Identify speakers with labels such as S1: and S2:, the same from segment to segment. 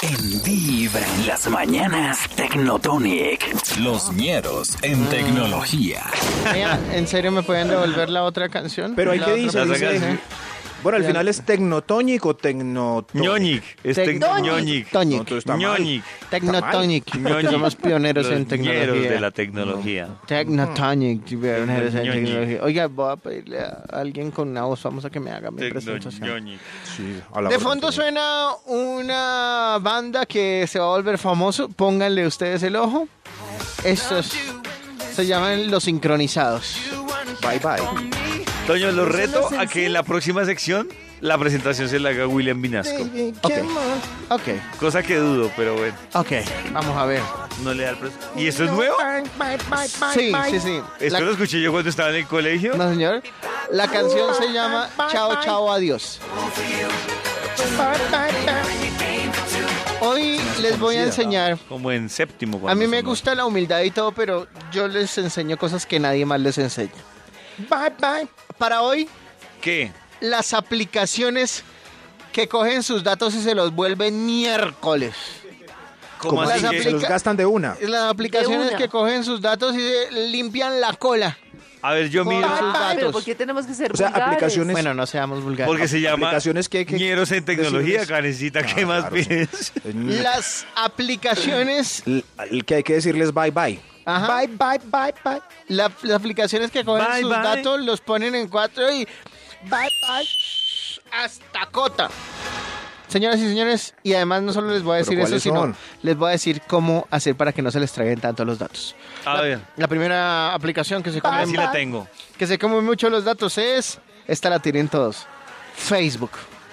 S1: En Vibra en las mañanas, Tecnotonic. Los ñeros en tecnología.
S2: Vean, ¿En serio me pueden devolver la otra canción?
S3: Pero hay
S2: La
S3: que
S2: otra
S3: dice,
S2: canción,
S3: dice-
S2: ¿eh?
S3: Bueno, al
S2: Ya.
S3: final es tecnotonic o tecnotonic.
S4: ñoñic. Es
S2: Tec-
S4: tecno- ñoñic.
S3: No, todo
S2: Tonic.
S3: está mal.
S4: Ñoñic.
S2: Tecnotonic.
S4: Ñoñic.
S2: Somos pioneros
S4: Los
S2: en
S4: ñeros de la
S2: tecnología.
S4: tecnología.
S2: Tecnotonic, pioneros en
S4: Ñoñic.
S2: tecnología. Oiga, voy a pedirle a alguien con una voz famosa que me haga mi presentación.
S4: Tecnoñoñic.
S3: Sí, a la
S2: De
S3: orden,
S2: fondo
S3: señor.
S2: suena una banda que se va a volver famoso. Pónganle ustedes el ojo. Estos se llaman Los Sincronizados.
S3: Bye bye.
S4: Toño, lo
S2: Pues
S4: reto a que en la próxima sección la presentación se la haga William Vinasco.
S2: Ok, ok,
S4: Cosa que dudo, pero bueno,
S2: ok. Vamos a ver.
S4: no le da el presupuesto. ¿Y esto es nuevo?
S2: Sí, sí, sí.
S4: Esto
S2: La-
S4: lo escuché yo cuando estaba en el colegio.
S2: No, señor. La canción se llama Chao, chao, adiós. Hoy les voy a enseñar.
S4: Como en séptimo.
S2: A
S4: cuando
S2: mí me
S4: sonó.
S2: gusta la humildad y todo, pero yo les enseño cosas que nadie más les enseña. Bye, bye. Para hoy,
S4: ¿Qué?
S2: las aplicaciones que cogen sus datos y se los vuelven miércoles.
S4: ¿Cómo
S3: Como
S2: las
S4: así
S3: se
S4: que-
S3: los
S2: aplica-
S3: gastan de una.
S2: Las aplicaciones
S5: una.
S2: que cogen sus datos y se limpian la cola.
S4: A ver, yo
S2: Con
S4: miro.
S2: sus
S5: Ay, pero
S2: datos.
S5: ¿por qué tenemos que ser
S3: O sea,
S5: vulgares?
S3: aplicaciones-
S2: Bueno, no seamos vulgares.
S4: Porque se llama
S3: aplicaciones que hay que
S4: Ñeros en tecnología,
S3: decirles.
S4: Karencita, ¿qué
S3: Ah,
S4: más
S3: claro.
S4: pides?
S2: Las aplicaciones,
S3: El- El que hay que decirles bye bye.
S2: Ajá.
S3: Bye bye bye bye.
S2: la- las aplicaciones que cogen
S4: Bye,
S2: sus
S4: bye.
S2: datos los ponen en cuatro y bye bye hasta cota. Señoras y señores, y además no solo les voy a
S3: ¿Pero
S2: decir eso,
S3: cuáles
S2: sino
S3: son?
S2: les voy a decir cómo hacer para que no se les traguen tanto los datos.
S4: A ver,
S2: La primera aplicación que se come,
S4: así Ah, la tengo.
S2: que se come mucho los datos es, esta la tienen todos, Facebook.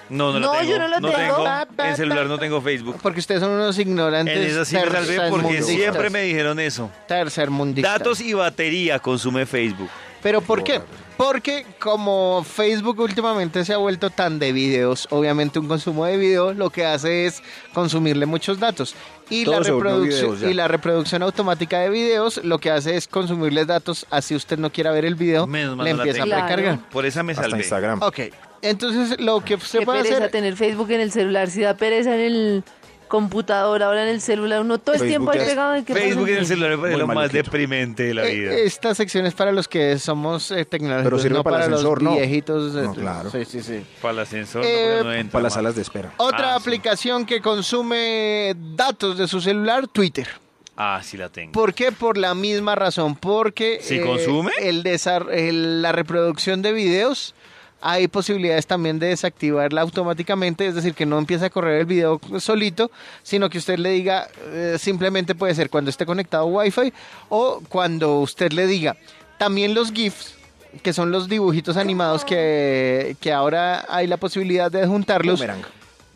S4: No, no, la
S5: No,
S4: tengo.
S5: yo no la tengo. Ba, ba,
S4: En celular no tengo Facebook.
S2: Porque ustedes son unos ignorantes.
S4: En esa sí me salvé porque
S2: tercermundistas.
S4: siempre me dijeron eso.
S2: Tercermundistas.
S4: Datos y batería consume Facebook.
S2: ¿Pero por qué? Porque como Facebook últimamente se ha vuelto tan de videos, obviamente un consumo de video lo que hace es consumirle muchos datos. Y la,
S3: Todo se volvió
S2: reproducción-
S3: videos ya.
S2: y la reproducción automática de videos lo que hace es consumirles datos, así usted no quiera ver el video,
S4: Menos mal
S2: le
S4: no la
S2: empieza a
S4: tengo.
S2: precargar.
S4: Por esa me
S3: Hasta
S4: salvé.
S3: Instagram.
S2: Ok, entonces lo que se
S5: Qué
S2: puede
S5: pereza
S2: hacer...
S5: tener Facebook en el celular, si da pereza en el computador, ahora en el celular, uno todo el
S3: Facebook
S5: tiempo ahí
S3: ya es-
S5: pegado en
S4: Facebook en el celular me parece
S3: Muy
S4: lo más
S3: maluquito.
S4: deprimente de la
S2: Eh,
S4: vida.
S2: Esta sección es para los que somos eh, tecnológicos,
S3: Pero sirve
S2: no
S3: para el
S2: para,
S3: ascensor,
S2: los
S3: ¿no?
S2: viejitos. eh,
S3: No, claro.
S2: Sí, sí, sí.
S4: Para el ascensor,
S2: Eh,
S4: no, porque no entra
S3: Para las
S4: más.
S3: salas de espera.
S2: Otra
S4: Ah, sí.
S2: aplicación que consume datos de su celular, Twitter.
S4: Ah, sí la tengo.
S2: ¿Por qué? Por la misma razón, porque eh,
S4: ¿Sí consume?
S2: el desar- el- la reproducción de videos hay posibilidades también de desactivarla automáticamente, es decir, que no empiece a correr el video solito, sino que usted le diga, eh, simplemente puede ser cuando esté conectado a Wi-Fi o cuando usted le diga. También los GIFs, que son los dibujitos animados que, que ahora hay la posibilidad de adjuntarlos.
S3: Boomerang.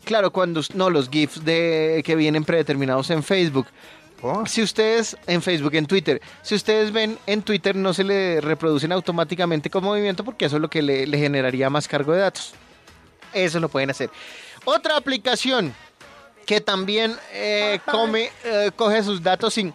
S2: Claro, cuando us- no los GIFs de que vienen predeterminados en Facebook.
S3: Oh.
S2: Si ustedes en Facebook, en Twitter, si ustedes ven en Twitter no se le reproducen automáticamente con movimiento porque eso es lo que le, le generaría más cargo de datos. Eso lo pueden hacer. Otra aplicación que también eh, come, eh, coge sus datos sin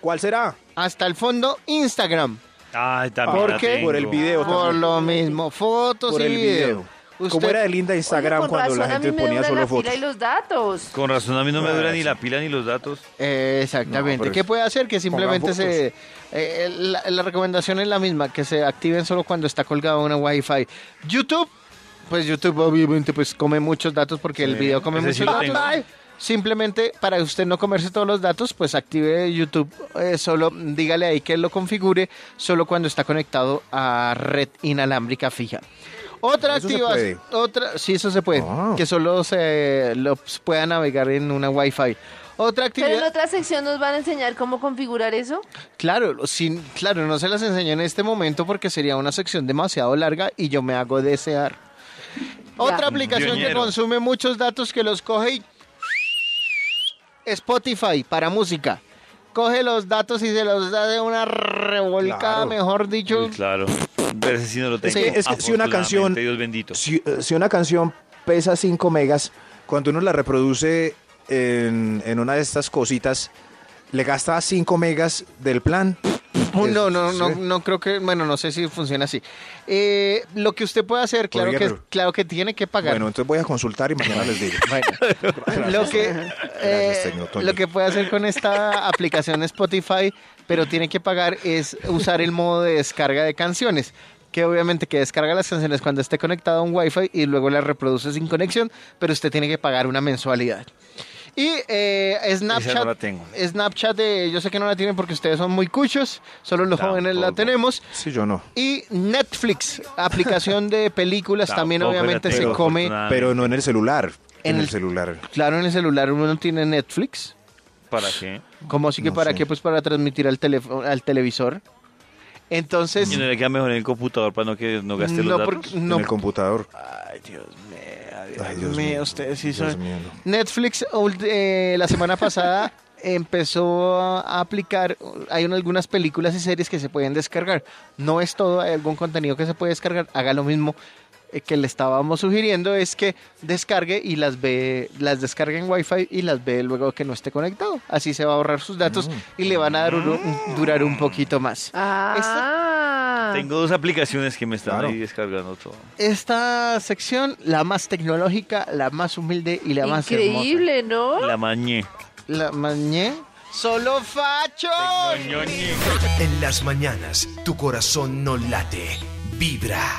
S3: ¿Cuál será?
S2: hasta el fondo Instagram.
S4: Ah, también
S2: ¿Por
S4: la
S2: qué?
S4: tengo.
S3: Por el video.
S2: Por
S3: también.
S2: lo mismo, fotos
S3: Por
S2: y
S3: el video. ¿Cómo
S2: eh, Usted-
S3: era de linda Instagram
S5: Oye, con
S3: cuando la
S5: razón, a mí
S3: gente
S5: me
S3: ponía
S5: dura
S3: solo
S5: la pila
S3: fotos?
S5: y los datos.
S4: Con razón, a mí no me
S3: Ah,
S4: dura ni
S3: sí.
S4: la pila ni los datos.
S2: Eh, Exactamente.
S3: No, pero
S2: ¿Qué
S3: es-
S2: puede hacer? Que simplemente
S3: fotos.
S2: se... eh, la, la recomendación es la misma, que se activen solo cuando está colgada una Wi-Fi. YouTube, pues YouTube obviamente pues come muchos datos porque el video come
S4: ese
S2: muchos
S4: sí lo
S2: datos.
S4: tengo.
S2: Simplemente para usted no comerse todos los datos, pues active YouTube, eh, solo dígale ahí que lo configure solo cuando está conectado a red inalámbrica fija. Otra
S3: Eso se
S2: activa,
S3: puede.
S2: otra, sí, eso se puede,
S3: Ah.
S2: que solo se lo pueda navegar en una Wi-Fi. Otra actividad.
S5: Pero en otra sección nos van a enseñar cómo configurar eso.
S2: Claro, sin, claro, no se las enseño en este momento porque sería una sección demasiado larga y yo me hago desear. Otra aplicación que
S4: Pionero.
S2: consume muchos datos que los coge y... Spotify para música. Coge los datos y se los da de una revolcada,
S3: Claro.
S2: mejor dicho.
S4: Sí, claro. Pero ese sí no lo tengo.
S3: que- es que si una canción-
S4: Afortunadamente, Dios bendito.
S3: Si, eh, si una canción pesa 5 megas, cuando uno la reproduce en, en una de estas cositas, le gasta 5 megas del plan.
S2: Oh, no,
S3: Eso,
S2: no,
S3: sí.
S2: no, no creo que, bueno, no sé si funciona así. Eh, lo que usted puede hacer, claro
S3: Oiga,
S2: que,
S3: pero-
S2: claro que tiene que pagar.
S3: Bueno, entonces voy a consultar y mañana les digo. Gracias.
S2: lo que eh,
S3: señor Toño.
S2: lo que puede hacer con esta aplicación Spotify, pero tiene que pagar es usar el modo de descarga de canciones, que obviamente que descarga las canciones cuando esté conectado a un Wi-Fi y luego las reproduce sin conexión, pero usted tiene que pagar una mensualidad. Y eh, Snapchat,
S4: la tengo.
S2: Snapchat, eh, yo sé que no la tienen porque ustedes son muy cuchos, solo los jóvenes la
S4: Tampoco.
S2: tenemos.
S3: Sí, yo no.
S2: Y Netflix, aplicación de películas, pues, también
S4: Tampoco la
S2: obviamente se
S4: tengo,
S2: come.
S4: afortunadamente.
S3: Pero no en el celular. En,
S2: En
S3: el
S2: el-
S3: celular.
S2: Claro, en el celular uno tiene Netflix.
S4: ¿Para qué?
S2: ¿Cómo así que
S3: No
S2: para
S3: sé.
S2: qué? Pues para transmitir al, teléfono, al televisor. Entonces,
S4: ¿Y no le queda mejor en el computador para no que no gaste los
S2: no,
S4: datos?
S2: porque- no.
S3: En el computador.
S2: Ay, Dios mío,
S3: Ay, Dios
S2: mío,
S3: mío.
S2: ustedes sí
S3: Dios
S2: son-
S3: mío, no.
S2: Netflix ult- eh, la semana pasada empezó a aplicar, hay un- algunas películas y series que se pueden descargar. No es todo, hay algún contenido que se puede descargar. Haga lo mismo eh, que le estábamos sugiriendo, es que descargue y las ve, las descargue en Wi-Fi y las ve luego que no esté conectado. Así se va a ahorrar sus datos y le van a dar uno- un- durar un poquito más.
S5: Ah,
S4: Tengo dos aplicaciones que me están
S3: Claro.
S4: ahí descargando todo.
S2: Esta sección, la más tecnológica, la más humilde y la más hermosa.
S5: increíble, ¿no?
S4: La mañé.
S2: La mañé. ¡Solo facho!
S6: En las mañanas, tu corazón no late, vibra.